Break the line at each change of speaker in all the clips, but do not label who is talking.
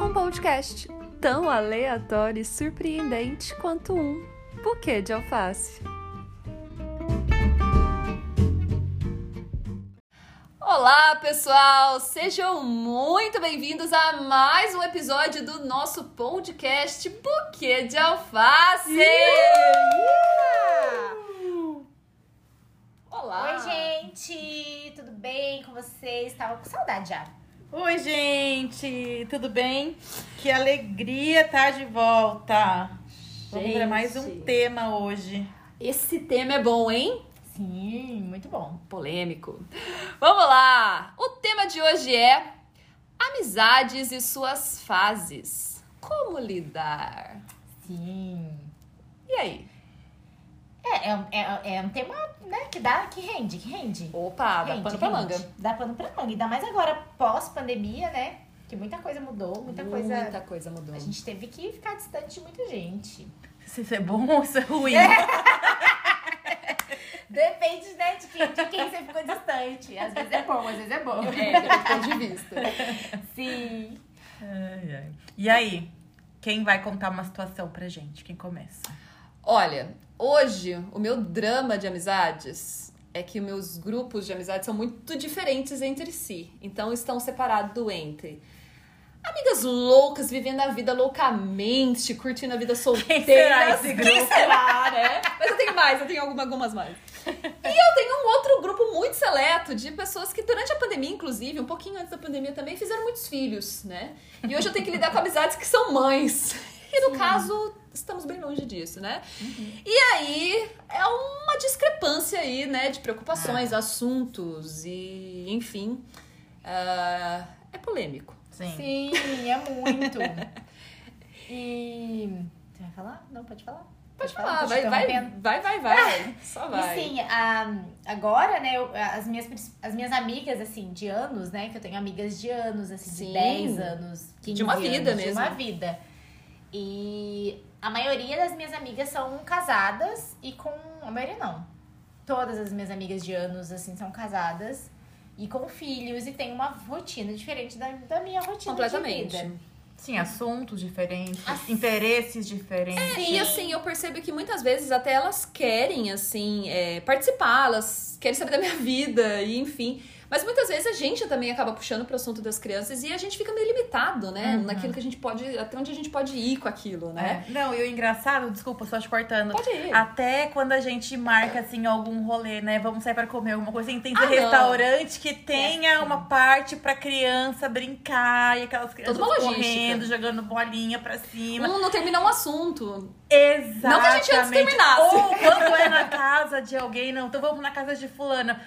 um podcast tão aleatório e surpreendente quanto um buquê de alface. Olá, pessoal! Sejam muito bem-vindos a mais um episódio do nosso podcast Buquê de Alface! Olá!
Oi, gente! Tudo bem com vocês? Tava com saudade já.
Oi, gente! Tudo bem? Que alegria estar de volta! Vamos para mais um tema hoje.
Esse tema é bom, hein?
Sim, muito bom.
Polêmico. Vamos lá! O tema de hoje é amizades e suas fases. Como lidar?
Sim.
E aí?
É, é, um- é, é um tema, né, que dá, que rende, que rende.
Opa, Ah, dá
Rende,
pano pra
rende.
manga.
Dá pano pra manga. Ainda mais agora, pós-pandemia, né? Que muita coisa mudou, muita coisa...
Muita coisa mudou.
A gente teve que ficar distante de muita gente.
Se isso é bom ou isso é ruim?
Depende, né, de quem, de quem você ficou distante. Às vezes é bom, às vezes é bom.
É, do ponto de vista.
Sim.
Ai, ai. E aí, quem vai contar uma situação pra gente? Quem começa?
Olha, hoje o meu drama de amizades é que meus grupos de amizades são muito diferentes entre si. Então estão separados entre amigas loucas vivendo a vida loucamente, curtindo a vida solteira.
será esse grupo?
será, né? Mas eu tenho mais, eu tenho alguma- algumas mais. E eu tenho um outro grupo muito seleto de pessoas que durante a pandemia, inclusive, um pouquinho antes da pandemia também, fizeram muitos filhos, né? E hoje eu tenho que lidar com amizades que são mães. E no caso, estamos bem longe disso, né? E aí é uma discrepância aí, né? De preocupações, assuntos e enfim. ah, é polêmico.
Sim, é muito. E. Você vai falar? Não, pode falar.
Pode falar,
tô te
vai, vai,
interrompendo.
vai, vai, vai. Só vai.
um E sim, a- agora, né, eu- as, minhas, pris- as minhas amigas, assim, de anos, né, que eu tenho amigas de anos, assim,
Sim.
de 10 anos, 15
De uma
anos,
vida
De
mesmo.
uma vida. E a maioria das minhas amigas são casadas e com... A maioria não. Todas as minhas amigas de anos, assim, são casadas e com filhos e tem uma rotina diferente da, da minha rotina de
Completamente.
é vida.
Sim, assuntos diferentes, interesses diferentes.
É, E assim, eu percebo que muitas vezes até elas querem, assim, é, participar, elas querem saber da minha vida, e enfim. Mas muitas vezes a gente também acaba puxando pro assunto das crianças e a gente fica meio limitado, né? Naquilo que a gente pode. Até onde a gente pode ir com aquilo, né?
É. Ah, Não, e o engraçado, desculpa, só te cortando.
Pode ir.
Até quando a gente marca, assim, algum rolê, né? Vamos sair pra comer alguma coisa. assim, Tem que
Ah,
ser
não. É,
restaurante que tenha uma parte pra criança brincar. E aquelas crianças
uma logística.
correndo, jogando bolinha pra cima.
Um não terminar um assunto.
Exatamente.
Não que a gente antes terminasse.
Ou quando é na casa de alguém, não. Então vamos na casa de fulana.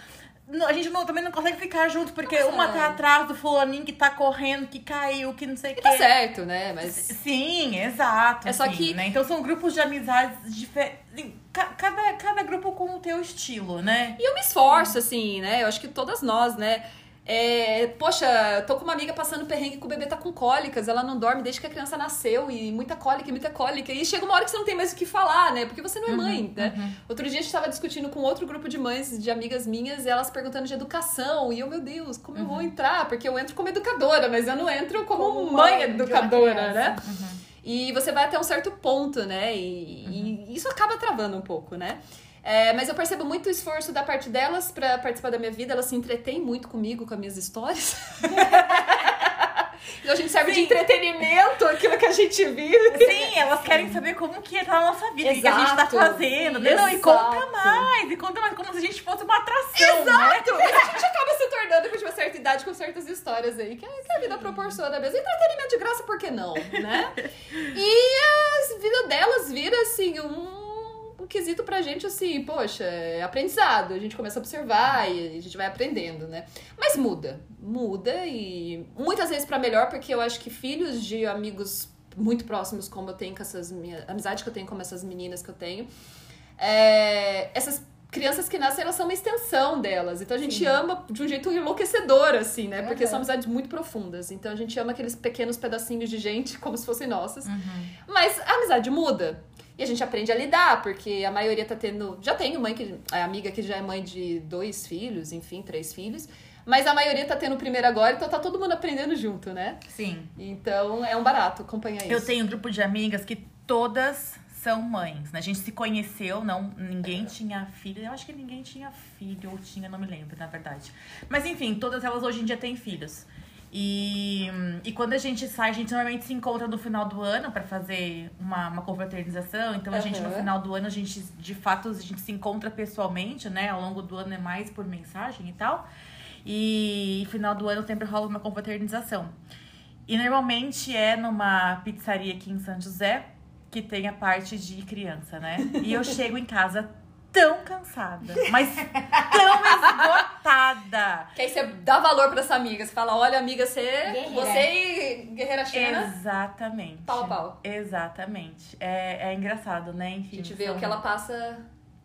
Não, a gente não- também não consegue ficar junto, porque
Nossa.
uma tá atrás do fulaninho que tá correndo, que caiu, que não sei o
E
que.
tá certo, né? Mas.
Sim, exato.
É só
assim,
que-
né? Então são grupos de amizades diferentes. Cada, cada grupo com o teu estilo, né?
E eu me esforço, assim, né? Eu acho que todas nós, né? É, poxa, eu tô com uma amiga passando perrengue que o bebê tá com cólicas, ela não dorme desde que a criança nasceu, e muita cólica, e muita cólica. E chega uma hora que você não tem mais o que falar, né? Porque você não é mãe,
Uhum,
né? Outro dia a gente tava discutindo com outro grupo de mães, de amigas minhas, e elas perguntando de educação. E eu, meu Deus, como eu vou entrar? Porque eu entro como educadora, mas eu não entro como,
Uhum. Como
mãe,
mãe de uma
educadora,
criança. Uhum.
né? E você vai até um certo ponto, né? E,
Uhum.
e isso acaba travando um pouco, né? É, mas eu percebo muito esforço da parte delas pra participar da minha vida. Elas se entretêm muito comigo, com as minhas histórias. então a gente serve de
Sim.
entretenimento, aquilo que a gente vive.
Sim, elas querem saber como que tá a nossa vida, o que que a gente tá
Exato.
fazendo. né? Não, e
Exato.
conta mais, e conta mais, como se a gente fosse uma atração. né?
Exato! Mas a gente acaba se tornando com uma certa idade, com certas histórias aí, que a, que a vida proporciona mesmo. Entretenimento de graça, por que não, né? E a vida delas vira, assim, um, um quesito pra gente, assim, poxa, é aprendizado. A gente começa a observar e a gente vai aprendendo, né? Mas muda, muda e muitas vezes pra melhor, porque eu acho que filhos de amigos muito próximos, como eu tenho com essas minhas. amizade que eu tenho com essas meninas que eu tenho. é, essas crianças que nascem, elas são uma extensão delas. Então a gente ama de um jeito enlouquecedor, assim, né? Porque
Aham.
são amizades muito profundas. Então a gente ama aqueles pequenos pedacinhos de gente como se fossem nossas. Mas a amizade muda. E a gente aprende a lidar, porque a é maioria tá tendo. Já tenho mãe que. A amiga que já é mãe de dois filhos, enfim, três filhos. Mas a maioria tá tendo o primeiro agora, então tá todo mundo aprendendo junto, né?
Sim.
Então é um barato acompanhar isso.
Eu tenho um grupo de amigas que todas são mães, né? A gente se conheceu, não,
É.
ninguém tinha filho. Eu acho que ninguém tinha filho, ou tinha, não me lembro, na verdade. Mas enfim, todas elas hoje em dia têm filhos. E, e quando a gente sai, a gente normalmente se encontra no final do ano pra fazer uma, uma confraternização. Então a gente, no
Aham.
final do ano, a gente, de fato, a gente se encontra pessoalmente, né? Ao longo do ano é mais por mensagem e tal. E final do ano sempre rola uma confraternização. E normalmente é numa pizzaria aqui em São José que tem a parte de criança, né? E eu chego em casa tão cansada, mas tão esgotada.
Que aí você dá valor pra essa amiga. Você fala, olha, amiga, você,
Guerreira.
você e Guerreira China,
Exatamente.
pau a pau.
Exatamente. É, é engraçado, né?
A
Enfim,
gente vê
são-
o que ela passa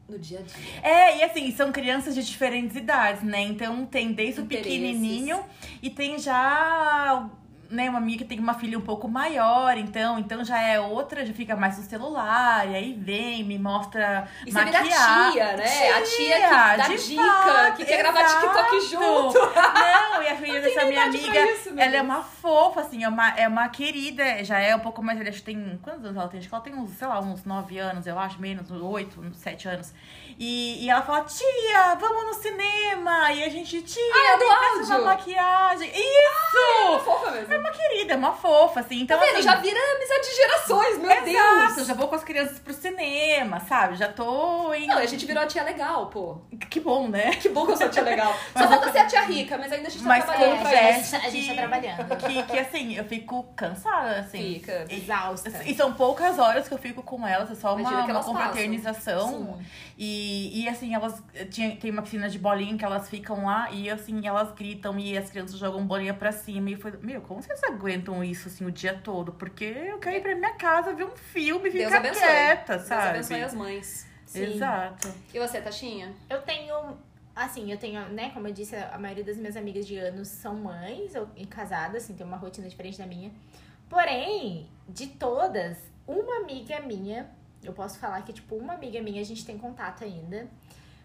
no dia a dia.
É, e assim, são crianças de diferentes idades, né? Então tem desde o
Interesses.
pequenininho e tem já, né, uma amiga que tem uma filha um pouco maior, então, então já é outra, já fica mais no celular, e aí vem, me mostra
E você vira
maquiagem.
a tia, né? a tia que dá
de
dica,
fato,
que quer gravar
exato.
TikTok junto.
Não, e a filha dessa minha
idade pra
amiga,
isso, meu
ela é
Deus.
uma fofa, assim, é uma, é uma querida, já é um pouco mais velha, acho que tem, quantos anos ela tem? Acho que ela tem uns, sei lá, uns 9 anos, eu acho, menos, 8, 7 anos. E, e ela fala, tia, vamos no cinema, e a gente, tia,
Ah, é do
vem fazer
áudio?
uma maquiagem. Isso!
É fofa mesmo.
é uma querida, é uma fofa, assim, então
Tá vendo?
assim,
Já vira amizade de gerações, meu
exato,
Deus.
já vou com as crianças pro cinema, sabe, já tô em...
Não, a gente virou a tia legal, pô.
Que bom, né?
Que bom que eu sou a tia legal. Só falta ser a tia rica, mas ainda a gente tá
Mas
trabalhando
com
pra
fé.
isso.
É, a, gente, a gente tá trabalhando.
Que, que assim, eu fico cansada, assim.
Fica.
Exausta.
E são poucas horas que eu fico com elas, é só uma,
Imagina que
uma
elas passam.
confraternização. E, e assim, elas tinha, tem uma piscina de bolinha que elas ficam lá e assim, elas gritam e as crianças jogam bolinha pra cima. E eu falei, meu, como vocês aguentam isso assim o dia todo? Porque eu quero ir pra minha casa ver um filme e
Deus
ficar
abençoe.
quieta,
Deus
sabe?
abençoe as mães.
Sim.
Exato.
E você, Taxinha?
Eu tenho, assim, eu tenho, né, como eu disse, a maioria das minhas amigas de anos são mães ou e casadas, assim, tem uma rotina diferente da minha. Porém, de todas, uma amiga minha, eu posso falar que, tipo, uma amiga minha a gente tem contato ainda.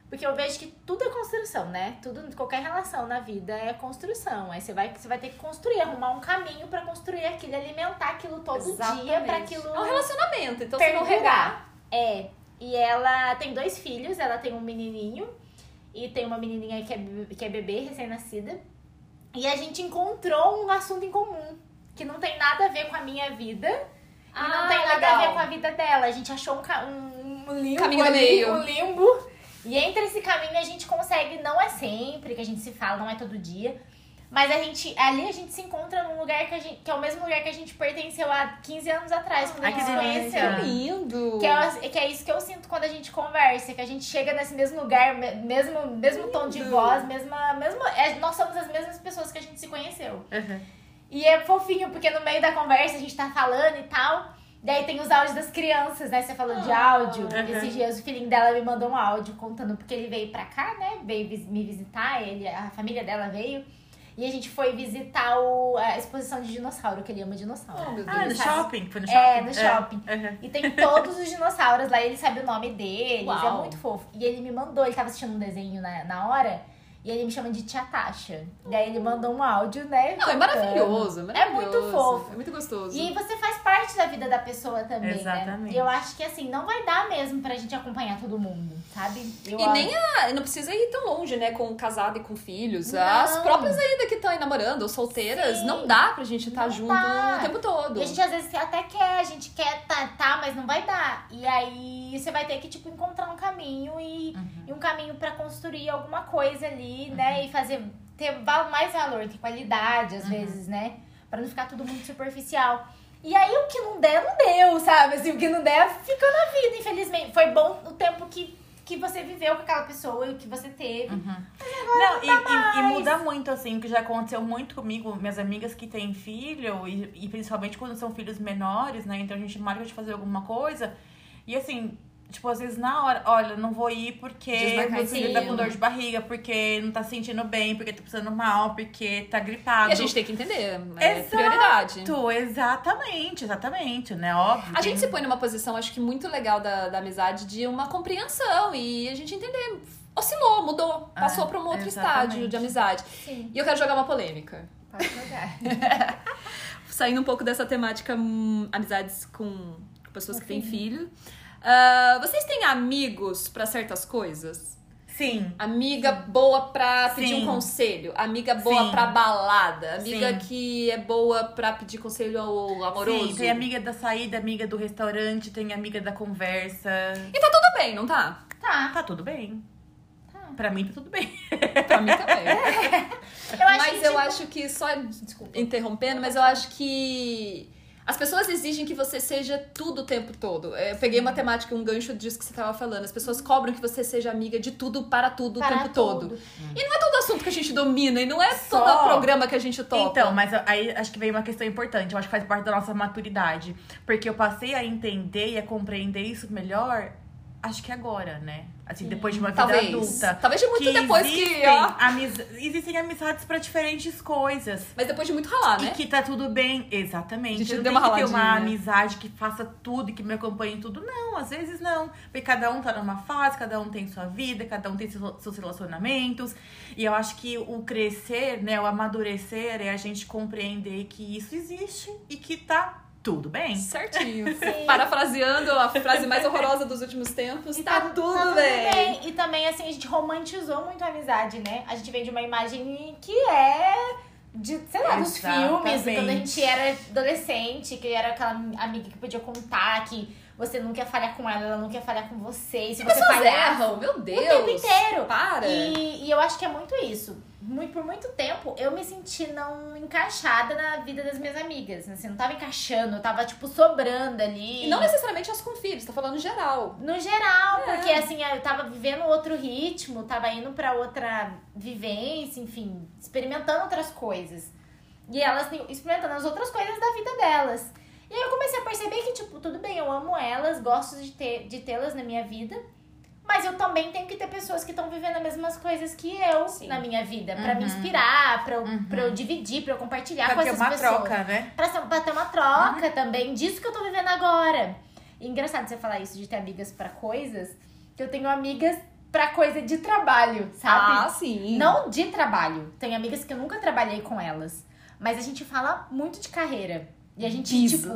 Porque eu vejo que tudo é construção, né? Tudo, qualquer relação na vida é construção. Aí você vai, você vai ter que construir, arrumar um caminho pra construir aquilo, alimentar aquilo todo Um dia pra aquilo
É um relacionamento, então se não regar.
perdurar. É. E ela tem dois filhos, ela tem um menininho e tem uma menininha que é, be- que é bebê, recém-nascida. E a gente encontrou um assunto em comum, que não tem nada a ver com a minha vida e
Ah,
não tem nada a ver com a vida dela. A gente achou um, ca- um- um limbo
Caminho
ali,
meio.
um limbo. E entre esse caminho a gente consegue, não é sempre que a gente se fala, não é todo dia. Mas a gente, ali a gente se encontra num lugar que, a gente, que é o mesmo lugar que a gente pertenceu há 15 anos atrás, quando a
Ai,
gente
que
se
delícia.
conheceu.
Que lindo.
Que é, que é isso que eu sinto quando a gente conversa, que a gente chega nesse mesmo lugar, me- mesmo, mesmo tom de
Lindo.
voz, mesma, mesmo, é, nós somos as mesmas pessoas que a gente se conheceu.
Uhum.
E é fofinho, porque no meio da conversa a gente tá falando e tal. Daí tem os áudios das crianças, né? Você falou de
Ah.
áudio.
Uhum.
Esses dias o filhinho dela me mandou um áudio contando porque ele veio pra cá, né? Veio vis- me visitar, ele, a família dela veio. E a gente foi visitar o- a exposição de dinossauro, que ele ama dinossauro.
Oh, meu Deus.
Ah, no
Sabe?
shopping? Foi no shopping?
É, no shopping.
Uhum.
E tem todos os dinossauros lá, ele sabe o nome deles,
Uau.
é muito fofo. E ele me mandou, ele tava assistindo um desenho na, na hora, e ele me chama de Tia Tasha. Daí ele mandou um áudio, né?
Não, é
cantando.
maravilhoso,
É muito
maravilhoso.
fofo.
É muito gostoso.
E aí você faz parte da vida da pessoa também, né?
Exatamente.
E eu acho que assim, não vai dar mesmo pra gente acompanhar todo mundo, sabe? Eu
Ah, E
acho-
nem a. Não precisa ir tão longe, né? Com casado e com filhos.
Não.
As próprias ainda que estão aí namorando ou solteiras,
Sim.
não dá pra gente estar
Não
junto
dá.
o tempo todo.
E a gente às vezes até quer, a gente quer tá, tá, mas não vai dar. E aí você vai ter que, tipo, encontrar um caminho e,
Uhum.
e um caminho pra construir alguma coisa ali, né? E fazer ter val- mais valor, ter qualidade,
Uhum.
às vezes, né? Pra não ficar tudo muito superficial. E aí o que não der, não deu, sabe? Assim, o que não der fica na vida, infelizmente. Foi bom o tempo que, que você viveu com aquela pessoa e o que você teve.
Uhum. Não, e, e- e muda muito, assim, que já aconteceu muito comigo, minhas amigas que têm filho, e, e principalmente quando são filhos menores, né? Então a gente marca de fazer alguma coisa. E assim, tipo, às vezes na hora, olha, não vou ir porque
Desmarcar
meu
esse
filho tá
dia.
com dor de barriga, porque não tá se sentindo bem, porque tá precisando mal, porque tá gripado.
E a gente tem que entender. É
Exato.
prioridade.
Exato, Exatamente, exatamente, né? Óbvio.
A gente se põe numa posição, acho que muito legal da, da amizade, de uma compreensão e a gente entender oscilou, mudou, passou pra um outro
exatamente.
estádio de amizade.
Sim.
E eu quero jogar uma polêmica.
Pode jogar.
Saindo um pouco dessa temática, hum, amizades com pessoas que têm filho. Ah, vocês têm amigos pra certas coisas?
Sim.
Amiga boa pra pedir
Sim.
um conselho, amiga boa
Sim.
pra balada, amiga
Sim.
que é boa pra pedir conselho ao amoroso.
Sim, tem amiga da saída, amiga do restaurante, tem amiga da conversa.
Tudo bem, não tá?
Tá.
Tá tudo bem.
Tá.
Pra mim tá tudo bem.
Pra mim também.
Eu acho
mas
que,
eu
tipo,
acho que só é
Desculpa.
interrompendo, mas eu acho que as pessoas exigem que você seja tudo o tempo todo. É, Eu peguei uma temática, um gancho disso que você tava falando. As pessoas cobram que você seja amiga de tudo para tudo o
Para
tempo todo. É
tudo.
Todo assunto que a gente domina e não é
Só-
todo programa que a gente toca.
Então, mas aí acho que veio uma questão importante. Eu acho que faz parte da nossa maturidade. Porque eu passei a entender e a compreender isso melhor, acho que agora, né? Assim, depois de uma vida
talvez.
adulta.
Talvez de muito depois
existem,
que, ó,
amiz- existem amizades pra diferentes coisas.
mas depois de muito ralar,
E
né?
que tá tudo bem, exatamente.
A gente
não
deu
tem
uma
que ter uma
raladinha.
amizade que faça tudo e que me acompanhe em tudo. Não, às vezes não. Porque cada um tá numa fase, cada um tem sua vida, cada um tem seu- seus relacionamentos. E eu acho que o crescer, né, o amadurecer é a gente compreender que isso existe e que tá tudo bem.
Certinho.
Sim.
Parafraseando a frase mais horrorosa dos últimos tempos,
E
tá, tudo, bem.
E também, assim, a gente romantizou muito a amizade, né? A gente vem de uma imagem que é de, sei lá, dos filmes,
Exatamente.
quando a gente era adolescente, que era aquela amiga que podia contar, que você não quer falhar com ela, ela não quer falhar com você. E se você
Pessoas
falhar,
erram, meu
o
Deus.
tempo inteiro.
Para.
E, e eu acho que é muito isso. Muito, por muito tempo eu me senti não encaixada na vida das minhas amigas. Assim, não tava encaixando, eu tava, tipo, sobrando ali.
E não necessariamente as com filhos, tá falando geral.
No geral,
É.
porque assim, eu tava vivendo outro ritmo, tava indo pra outra vivência, enfim, experimentando outras coisas. E elas assim, experimentando as outras coisas da vida delas. E aí eu comecei a perceber que, tipo, tudo bem, eu amo elas, gosto de, ter, de tê-las na minha vida. Mas eu também tenho que ter pessoas que estão vivendo as mesmas coisas que eu
Sim.
na minha vida. Pra me
Uhum.
inspirar, pra, eu-
Uhum.
pra eu dividir, pra eu compartilhar
Pra
com
ter
essas
é uma
pessoas
troca, né?
pra, ser- pra ter uma troca também disso que eu tô vivendo agora. E engraçado você falar isso de ter amigas pra coisas, que eu tenho amigas pra coisa de trabalho, sabe?
Ah, sim.
Não de trabalho. Tenho amigas que eu nunca trabalhei com elas, mas a gente fala muito de carreira. E a gente tipo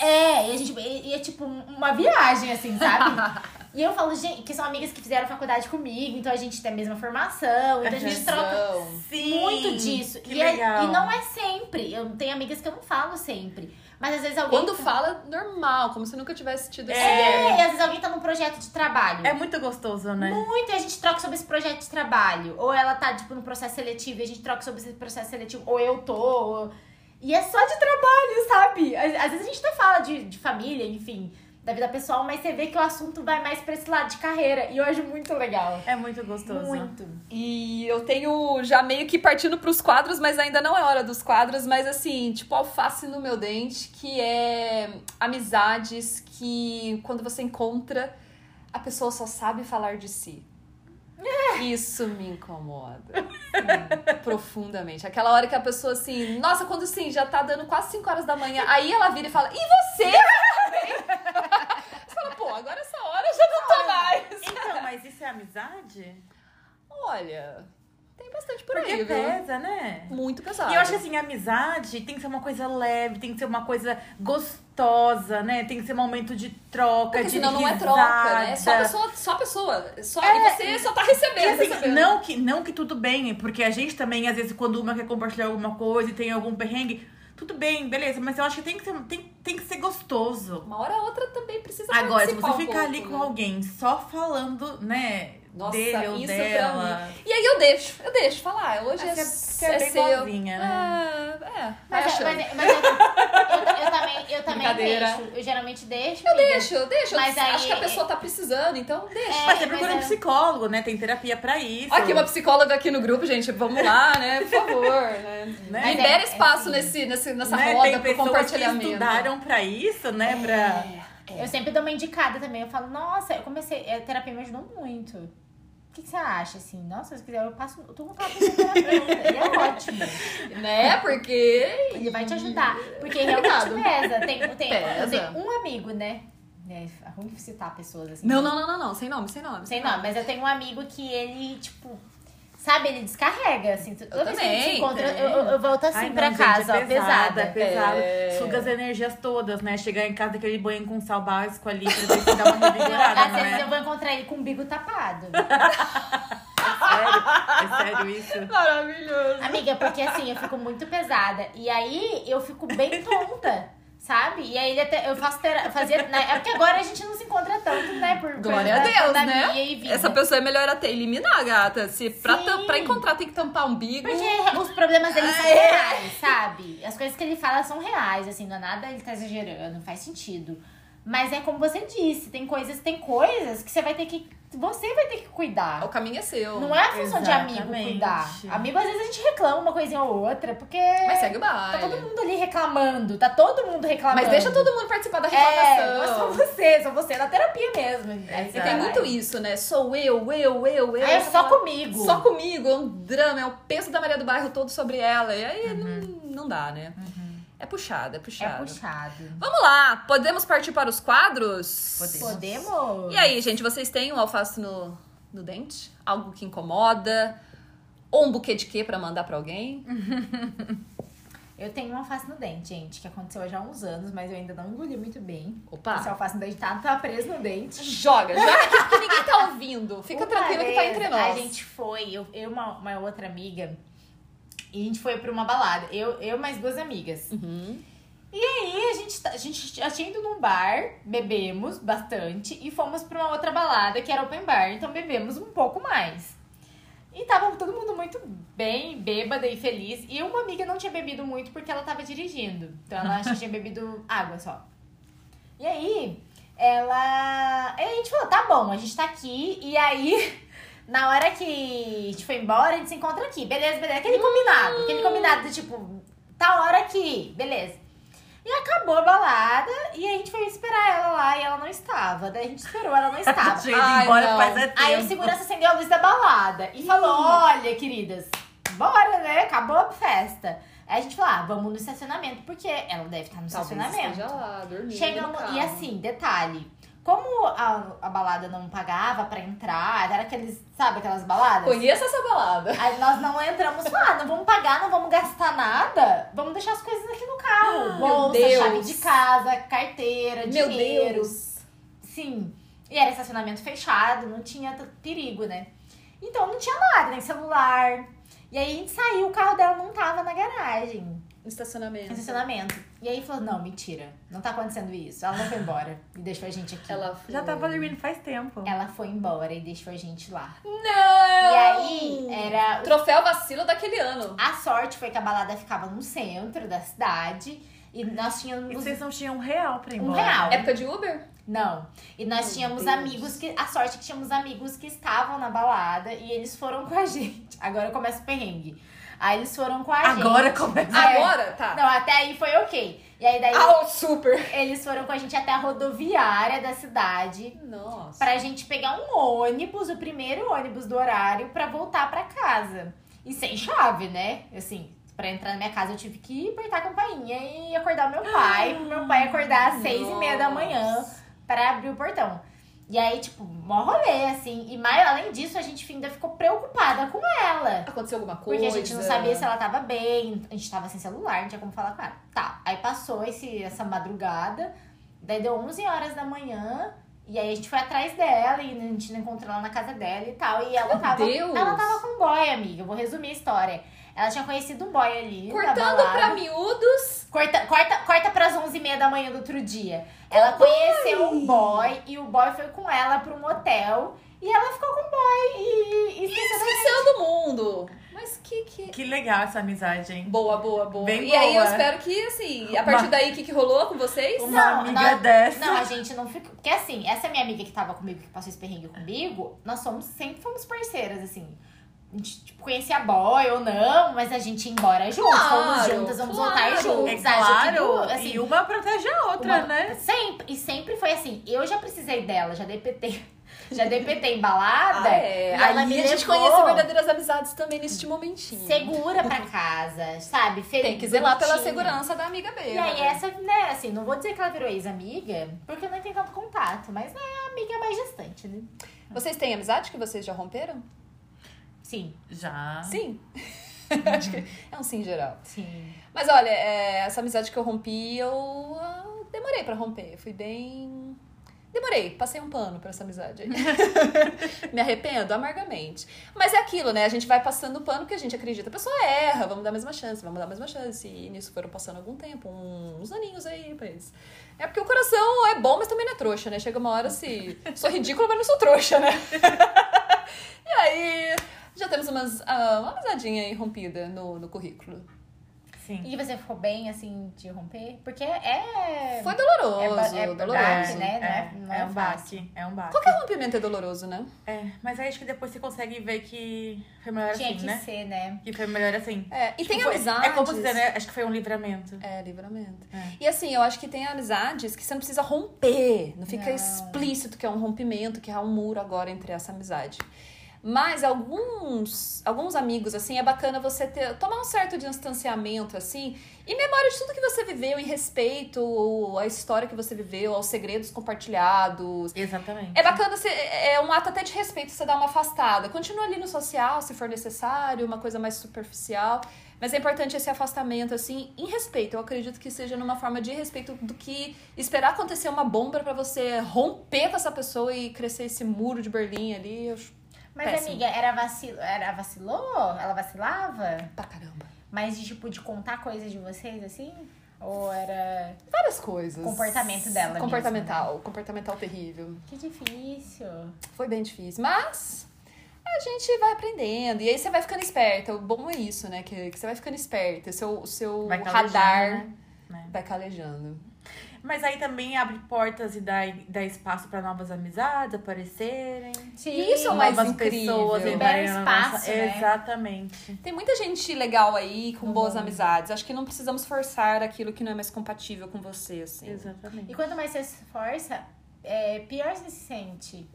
é, e a gente e, e é tipo uma viagem assim, sabe? E eu falo, gente, que são amigas que fizeram faculdade comigo, então a gente tem a mesma formação, então a gente
Aham.
troca
Sim!
muito disso.
Que
E, é-
legal.
e não é sempre. Eu tenho amigas que eu não falo sempre. Mas às vezes alguém.
Quando fala, normal, como se nunca tivesse tido esse
É,
erro.
e às vezes alguém tá num projeto de trabalho.
É muito gostoso, né?
Muito, e a gente troca sobre esse projeto de trabalho. Ou ela tá, tipo, num processo seletivo e a gente troca sobre esse processo seletivo. Ou eu tô. ou- E é só de trabalho, sabe? Às, às vezes a gente até fala de, de família, enfim, da vida pessoal, mas você vê que o assunto vai mais pra esse lado de carreira. E eu acho muito legal.
É muito gostoso.
Muito.
E eu tenho já meio que partindo pros quadros, mas ainda não é hora dos quadros, mas assim, tipo alface no meu dente, que é amizades que quando você encontra, a pessoa só sabe falar de si. É. Isso me incomoda. Sim, profundamente. Aquela hora que a pessoa assim, nossa, quando sim, já tá dando quase 5 horas da manhã, aí ela vira e fala: "E você?" você fala: "Pô, agora essa hora eu já não tô mais".
Então, mas isso é amizade?
Olha, tem bastante por
Porque
aí, viu?
pesa, né?
Muito pesado.
E eu acho que, assim, a amizade tem que ser uma coisa leve, tem que ser uma coisa gostosa, né? Tem que ser um momento de troca,
Porque
de
senão não é
risada. É,
troca, né? Só a pessoa, só a pessoa. Só, e você só tá
E,
recebendo.
assim,
recebendo.
não que, não que tudo bem, porque a gente também, às vezes, quando uma quer compartilhar alguma coisa e tem algum perrengue, tudo bem, beleza, mas eu acho que tem que ser, tem, tem que ser gostoso.
Uma hora ou outra também precisa
Agora, se
participar
você
um
ficar
pouco,
ali com
né?
alguém só falando, né,
Nossa,
dele ou
isso pra
dela.
E aí eu deixo, eu deixo falar. Hoje é,
Você é, você é
é
bem
seu.
boazinha, né?
É, é. vai
Mas,
achando.
é- mas, é- mas eu, eu, eu também, eu também
Brincadeira.
deixo. Eu geralmente deixo.
Eu
amiga.
deixo, eu deixo.
Mas
eu
aí-
acho que a pessoa tá precisando, então deixa.
É,
Mas você
mas
procura
é-
um psicólogo, né? Tem terapia pra isso.
Aqui, uma psicóloga aqui no grupo, gente. Vamos lá, né? Por favor, né?
Né?
Libera
é- é
espaço
assim.
nesse, nesse, nessa
né?
roda
Tem
pro
pessoas que
compartilhamento.
estudaram pra isso,
É.
né? Pra...
Eu sempre dou uma indicada também. Eu falo, nossa, eu comecei. A terapia me ajudou muito. O que, que você acha, assim? Nossa, se quiser, eu passo. Eu tô com vontade de fazer terapeuta. E é ótimo.
Né? Porque
Ele vai te ajudar. Porque
Obrigado.
realmente pesa. Tem, tem,
Pesa.
Eu tenho um amigo, né? É é ruim citar pessoas assim.
Não, não, não, não, não. Sem nome, sem nome.
Sei não, mas eu tenho um amigo que ele, tipo. Sabe, ele descarrega, assim. Toda vez que a gente
também,
se encontra,
também.
eu, eu, eu volto assim
Ai, não,
pra
gente,
casa,
é
ó,
pesada,
pesada.
é pesada.
É.
Suga as energias todas, né? Chegar em casa daquele banho com sal básico ali pra ver se dá uma revigorada,
Às
não
vezes
é?
eu vou encontrar ele com o umbigo tapado.
Sério? É sério isso?
Maravilhoso.
Amiga, porque assim, eu fico muito pesada. E aí eu fico bem tonta, sabe? E aí ele até. Eu faço tera- eu fazia. na- É porque agora a gente não se encontra tanto, né? Por, por
Glória a
da-
Deus,
pandemia
né?
E vida.
Essa pessoa é melhor até eliminar, gata. Se pra,
Sim.
tam- pra encontrar tem que tampar umbigo.
Porque os problemas dele são
Ah, é.
reais, sabe? As coisas que ele fala são reais, assim, não é nada ele tá exagerando, faz sentido. Mas é como você disse, tem coisas, tem coisas que você vai ter que. Você vai ter que cuidar.
O caminho é seu.
Não é a função de amigo
Exatamente.
cuidar. Amigo, às vezes a gente reclama uma coisinha ou outra, porque.
Mas segue o
Tá
baile.
todo mundo ali reclamando, tá todo mundo reclamando.
Mas deixa todo mundo participar da
É, não é só
reclamação. É,
você, só você, é na terapia mesmo. Aí você
E tem
vai.
muito isso, né? Sou eu, eu, eu, eu.
Aí é só
Fala-
comigo.
Só comigo, é um drama, é o peso da Maria do Bairro todo sobre ela. E aí não, não dá, né? É puxado, é
Uhum. É
puxado.
puxado.
Vamos lá, podemos partir para os quadros?
Podemos.
Podemos?
E aí, gente, vocês têm um alface no, no dente? Algo que incomoda? Ou um buquê de quê pra mandar pra alguém?
Eu tenho uma alface no dente, gente, que aconteceu já há uns anos, mas eu ainda não engoli muito bem. Esse
Opa!
alface no dente tá, tá preso no dente.
Joga, joga que, que ninguém tá ouvindo. Fica
Uma
tranquila que tá
vez,
entre nós.
A gente foi, eu eu e uma, uma outra amiga, e a gente foi pra uma balada. Eu, eu mais duas amigas.
Uhum.
E aí, a gente, tá- a gente já tinha ido num bar, bebemos bastante e fomos pra uma outra balada que era open bar, então bebemos um pouco mais. E tava todo mundo muito bem, bêbada e feliz. E uma amiga não tinha bebido muito porque ela tava dirigindo. Então ela acho que tinha bebido água só. E aí, ela. aí a gente falou: tá bom, a gente tá aqui. E aí, na hora que a gente foi embora, a gente se encontra aqui. Beleza, beleza. Aquele combinado. Aquele combinado do tipo, tá hora aqui, beleza. E acabou a balada e a gente foi esperar ela lá e ela não estava. Daí a gente esperou, ela não estava.
Tinha ido
Ai,
embora
não.
faz é tempo.
Tá. Aí o segurança acendeu a luz da balada e falou: Olha, queridas, bora, né? Acabou a festa. Aí a gente falou: ah, vamos no estacionamento, porque ela deve estar no estacionamento.
esteja lá, dormindo no
Chegamos,
carro.
e assim, detalhe. Como a, a balada não pagava pra entrar, era aqueles, sabe, aquelas baladas?
Conheça essa balada.
Aí nós não entramos, ah, não vamos pagar, não vamos gastar nada, vamos deixar as coisas aqui no carro. Bolsa,
Deus.
chave de casa, carteira,
Meu
É dinheiro.
Deus.
Sim. E era estacionamento fechado, não tinha tanto perigo, né? Então não tinha nada, nem celular. E aí a gente saiu, o carro dela não tava na garagem,
No
no
Um Estacionamento.
estacionamento. E aí falou, não, mentira, não tá acontecendo isso. Ela não foi embora e deixou a gente aqui.
Ela foi...
Já tava dormindo faz tempo.
Ela foi embora e deixou a gente lá. E
Não!
aí era
Troféu vacilo daquele ano.
A sorte foi que a balada ficava no centro da cidade e nós
E
tínhamos.
vocês não tinham um real pra ir
Um
embora? É
real.
Época de Uber?
Não. E nós
Meu
tínhamos
Deus.
amigos que. A sorte é que tínhamos amigos que estavam na balada e eles foram com a gente. Agora começa o perrengue. Aí eles foram com a
Agora
tá, gente.
começa.
É.
Agora? Tá.
Não, é até aí foi ok. E aí daí
Ah, o super.
eles foram com a gente até a rodoviária da cidade.
Nossa.
Pra gente pegar um ônibus, o primeiro ônibus do horário, pra voltar pra casa. E sem chave, né? Assim, pra entrar na minha casa eu tive que apertar a campainha e acordar meu pai. pro meu pai acordar às seis e meia da manhã pra abrir o portão. E aí, tipo, mó rolê, assim. E mais, além disso, a gente ainda ficou preocupada com ela.
Aconteceu alguma coisa?
Porque a gente não sabia se ela tava bem, a gente tava sem celular, não tinha como falar com ela. Tá, aí passou esse, essa madrugada, daí deu 11 horas da manhã, e aí a gente foi atrás dela, e a gente não encontrou ela na casa dela e tal. E ela tava.
Deus!
Ela tava com um boy, amiga. Eu vou resumir a história. Ela tinha conhecido um boy ali. na
Cortando
balada.
pra miúdos.
Corta, corta, corta pras 11h30 da manhã do outro dia. Ela conheceu um boy e o boy foi com ela pra um motel. E ela ficou com o boy e, e esqueceu da
Esqueceu do mundo. Mas que que...
Que legal essa amizade, hein?
Boa, boa, boa.
Bem
e aí eu
boa.
espero que, assim, a partir
Uma-
daí, o que, que rolou com vocês?
Uma amiga
nós-
dessa.
Não, a gente não ficou. Porque assim, essa minha amiga que tava comigo, que passou esse perrengue comigo, nós somos, sempre fomos parceiras, assim. A gente, tipo, conhecia boy ou não, mas a gente ia embora juntos,
Claro,
fomos juntas, vamos
claro.
voltar juntos.
É
acho que,
claro.
assim,
e uma protege a outra,
uma-
né?
Sempre, e sempre foi assim. Eu já precisei dela, já dei PT. Já dei PT em balada.
Ah, é.
e
Aí
ela
a
me
gente
levou
conhece verdadeiras amizades também neste momentinho.
segura pra casa, sabe? Feliz,
Tem que zelar pela
bonitinha.
segurança da amiga B.
E aí essa, né, assim, não vou dizer que ela virou ex-amiga, porque eu não tenho tanto contato, mas né, a amiga é mais distante, né?
Vocês têm amizade que vocês já romperam?
Sim,
Já.
Ah.
Sim. Acho que é um sim geral.
sim.
Mas olha, é, essa amizade que eu rompi, eu ah, demorei pra romper. Eu fui bem. Demorei, passei um pano pra essa amizade aí. Me arrependo amargamente. Mas é aquilo, né? A gente vai passando o pano porque a gente acredita. A pessoa erra, vamos dar a mesma chance, vamos dar a mesma chance. E nisso foram passando algum tempo, uns aninhos aí, mas. É porque o coração é bom, mas também não é trouxa, né? Chega uma hora assim. Sou ridícula, mas não sou trouxa, né? e aí. Já temos umas, ah, uma amizadinha aí rompida no, no currículo.
Sim.
E você ficou bem, assim, de romper? Porque é...
Foi doloroso,
É ba- é
doloroso.
baque, né? Não é- não é
um
fácil.
baque. É um baque.
Qualquer rompimento é doloroso, né?
É, mas aí acho que depois você consegue ver que foi melhor
Tinha
assim,
que
né?
ser, né?
Que foi melhor assim.
É, e tem
Tipo, foi-
amizades.
É como dizer, né? Acho que foi um livramento.
É, livramento.
É.
E assim, eu acho que tem amizades que você não precisa romper. Não fica
Não.
explícito que é um rompimento, que há um muro agora entre essa amizade. Mas alguns, alguns amigos, assim, é bacana você ter, tomar um certo distanciamento, assim, e memória de tudo que você viveu em respeito à história que você viveu, aos segredos compartilhados,
Exatamente.
É bacana, você, é um ato até de respeito você dar uma afastada. Continua ali no social, se for necessário, uma coisa mais superficial. Mas é importante esse afastamento, assim, em respeito. Eu acredito que seja numa forma de respeito do que esperar acontecer uma bomba pra você romper com essa pessoa e crescer esse muro de Berlim ali. Eu... acho
Mas,
Péssimo.
amiga, era, vacilo... era vacilou? Ela vacilava?
Pra caramba.
Mas de, tipo, de contar coisas de vocês, assim? Ou era...
Várias coisas.
Comportamento dela né?
Comportamental. Comportamental terrível.
Que difícil.
Foi bem difícil, mas a gente vai aprendendo. E aí você vai ficando esperta. O bom é isso, né? Que, que você vai ficando esperta. O seu, o seu
Vai calejando,
radar
né?
vai calejando.
Mas aí também abre portas e dá, dá espaço pra novas amizades aparecerem.
Sim.
E isso é o mais
novas
incrível.
pessoas
Libera
entrarem na
espaço,
nossa-
né?
Exatamente.
Tem muita gente legal aí,
Uhum.
com
No
boas
mundo.
amizades. Acho que não precisamos forçar aquilo que não é mais compatível com você, assim.
Exatamente.
E quanto mais você se força, é, pior você se sente.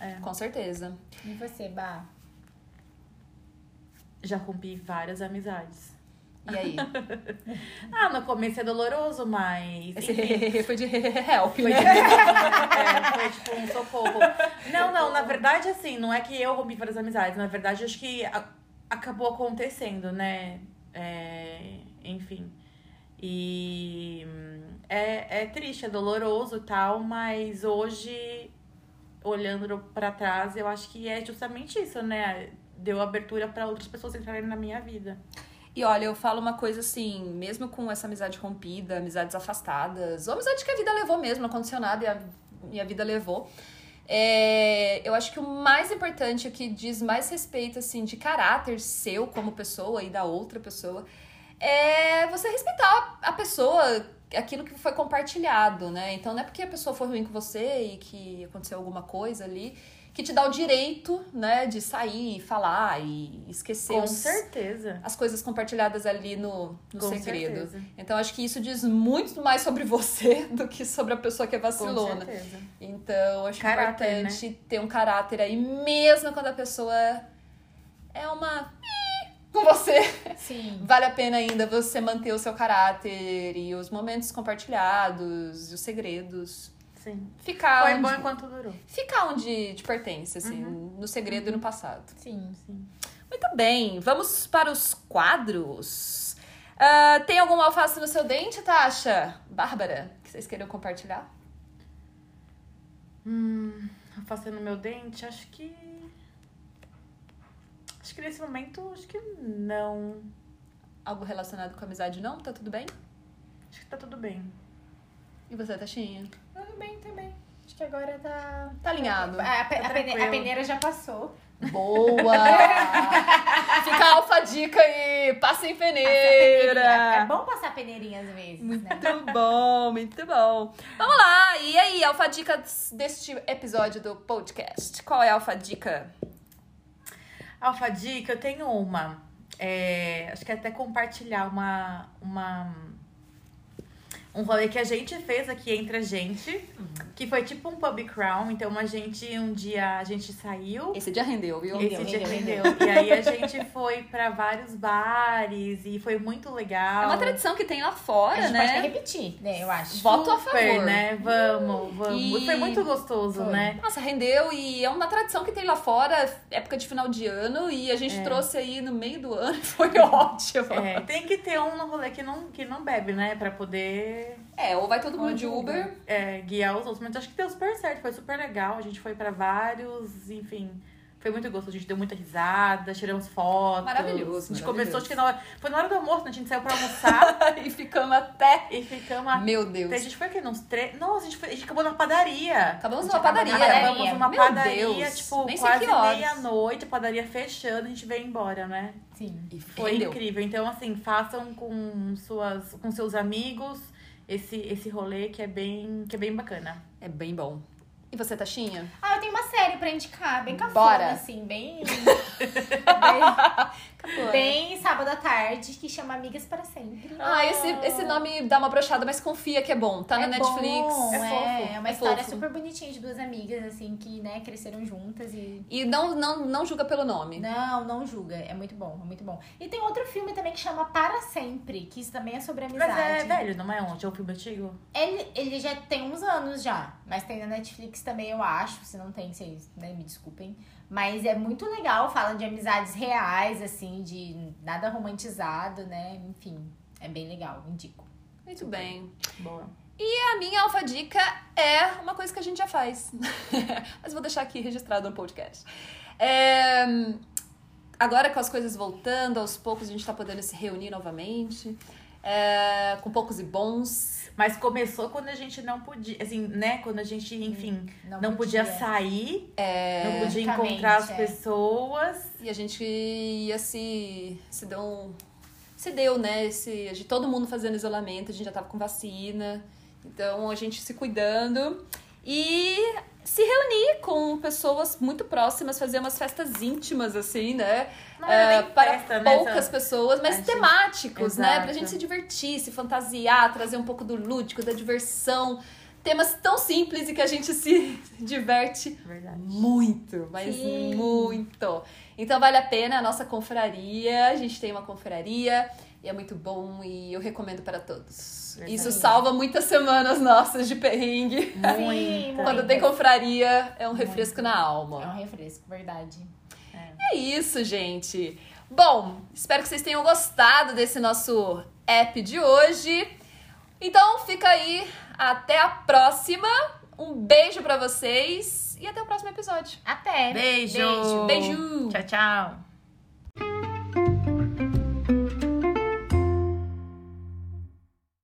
é.
Com certeza.
E você, Bah?
Já rompi várias amizades.
E aí?
Ah, no começo é doloroso, mas.
Esse
enfim,
foi de help,
Foi,
né?
é, foi tipo um socorro. Não, não, na verdade, assim, não é que eu rompi várias amizades. Na verdade, acho que a- acabou acontecendo, né? É, enfim. E hum, é, é triste, é doloroso e tal, mas hoje, olhando pra trás, eu acho que é justamente isso, né? Deu abertura pra outras pessoas entrarem na minha vida.
E olha, eu falo uma coisa assim, mesmo com essa amizade rompida, amizades afastadas, ou amizade que a vida levou mesmo, não aconteceu nada e a, e a vida levou. é, eu acho que o mais importante, o que diz mais respeito, assim, de caráter seu como pessoa e da outra pessoa, é você respeitar a pessoa, aquilo que foi compartilhado, né? Então não é porque a pessoa foi ruim com você e que aconteceu alguma coisa ali, que te dá o direito, né, de sair e falar e esquecer um
Com
os-
certeza.
as coisas compartilhadas ali no, no
Com
segredo.
certeza.
Então acho que isso diz muito mais sobre você do que sobre a pessoa que é
Com
vacilona.
certeza.
Então acho
Caráter, né?
importante ter um caráter aí, mesmo quando a pessoa é uma com você.
Sim.
Vale a pena ainda você manter o seu caráter e os momentos compartilhados e os segredos.
Sim.
Ficar
Foi
onde,
bom Uhum. enquanto durou.
ficar onde te pertence, assim, no segredo e no passado.
Sim.
Sim.
Muito bem, vamos para os quadros. Ah, tem alguma alface no seu dente, Tasha? Bárbara, que vocês queiram compartilhar?
Hum, afastando meu dente, acho que. Acho que nesse momento, acho que não.
Algo relacionado com amizade, não? Tá tudo bem?
Acho que tá tudo bem.
E você, Tashinha?
Tudo bem também. Acho que agora tá.
Tá alinhado.
A, a, pe- a, pene-
tranquilo.
a peneira já passou.
Boa! Fica a alfa dica aí! Passa em
Peneirinha. É
peneira!
bom passar peneirinha às vezes, né?
Muito bom, muito bom. Vamos lá! E aí, alfa dica deste episódio do podcast? Qual é a alfa dica?
Alfa Dica, eu tenho é uma. É, acho que até compartilhar uma, uma, um rolê que a gente fez aqui entre a gente,
Uhum.
que foi tipo um pub crown. Então a gente, um dia, a gente saiu.
Esse dia rendeu, viu?
Esse
Rendeu,
dia
rendeu,
rendeu. E aí a gente foi pra vários bares e foi muito legal.
É uma tradição que tem lá
A
fora,
gente pode até
né?
repetir, né? Eu acho.
Voto a
Super,
favor.
né? Vamos, vamos.
E-
Foi muito gostoso,
Foi.
né?
Nossa, rendeu e é uma tradição que tem lá fora, época de final de ano, e a gente trouxe aí no meio do ano e foi ótimo.
É, tem que ter um no rolê que não, que não bebe, né? Pra poder
É, ou vai todo mundo
Pode
de Uber.
é, guiar os outros. Mas acho que deu super certo, foi super legal. A gente foi pra vários, enfim. Foi muito gostoso, a gente deu muita risada, tiramos fotos.
Maravilhoso,
A
maravilhoso.
gente começou, acho que na hora, foi na hora do almoço, né? a gente saiu pra almoçar
e ficamos até.
e ficamos até.
Meu Deus.
A gente foi aqui uns três. Não, a gente, foi- a gente acabou na padaria.
Acabamos numa
acabou na
padaria. né?
padaria.
Acabamos numa
Meu
padaria,
Deus,
tipo,
nem sei
quase
que horas.
meia-noite, a padaria fechando, a gente veio embora, né?
Sim.
E
Foi
rendeu.
incrível. Então, assim, façam com, suas, com seus amigos esse, esse rolê que é bem, que é bem bacana.
É bem bom. E você, Taxinha?
Ah, eu tenho uma série pra indicar, bem cafona,
Bora.
assim, bem... bem... bem sábado à tarde, que chama Amigas para Sempre.
Ah, esse, esse nome dá uma brochada, mas confia que é bom. Tá na
É
Netflix.
bom,
É
é,
fofo,
é uma
é
história
fofo.
super bonitinha de duas amigas, assim, que, né, cresceram juntas e...
E não, não, não julga pelo nome.
Né?
Não, não julga. É muito bom, é muito bom. E tem outro filme também que chama Para Sempre, que isso também é sobre amizade.
Mas é velho, não é ontem? É um filme antigo?
Ele, ele já tem uns anos já, mas tem na Netflix também, eu acho. Se não tem, vocês né, me desculpem. Mas é muito legal, fala de amizades reais, assim, de nada romantizado, né? Enfim, é bem legal, indico.
Muito bem.
Boa.
E a minha alfa dica é uma coisa que a gente já faz. Mas vou deixar aqui registrado no podcast. É, Agora com as coisas voltando, aos poucos a gente tá podendo se reunir novamente. é, Com poucos e bons.
Mas começou quando a gente não podia, assim, né? Quando a gente, enfim, não,
Hum,
podia. sair, não podia
Exatamente,
encontrar as
é.
pessoas.
E a gente ia se. se deu um- Se deu, né? Esse, a gente- todo mundo fazendo isolamento, a gente já tava com vacina. Então a gente se cuidando. E se reunir com pessoas muito próximas, fazer umas festas íntimas, assim, né?
Não
É,
era nem
para
festa, né?
poucas pessoas, mas
a gente-
temáticos, né? Pra
Exato.
gente se divertir, se fantasiar, trazer um pouco do lúdico, da diversão. Temas tão simples e que a gente se diverte
É Verdade.
muito, mas
Sim.
muito. Então vale a pena a nossa confraria. A gente tem uma confraria e é muito bom e eu recomendo para todos.
Verdade.
Isso salva muitas semanas nossas de perrengue.
Muita.
Quando tem confraria, é um refresco na alma.
É um refresco, verdade.
É isso, gente. Bom, espero que vocês tenham gostado desse nosso app de hoje. Então fica aí, até a próxima. Um beijo pra vocês e até o próximo episódio.
Até. né?
Beijo.
Beijo.
Beijo.
Tchau, tchau.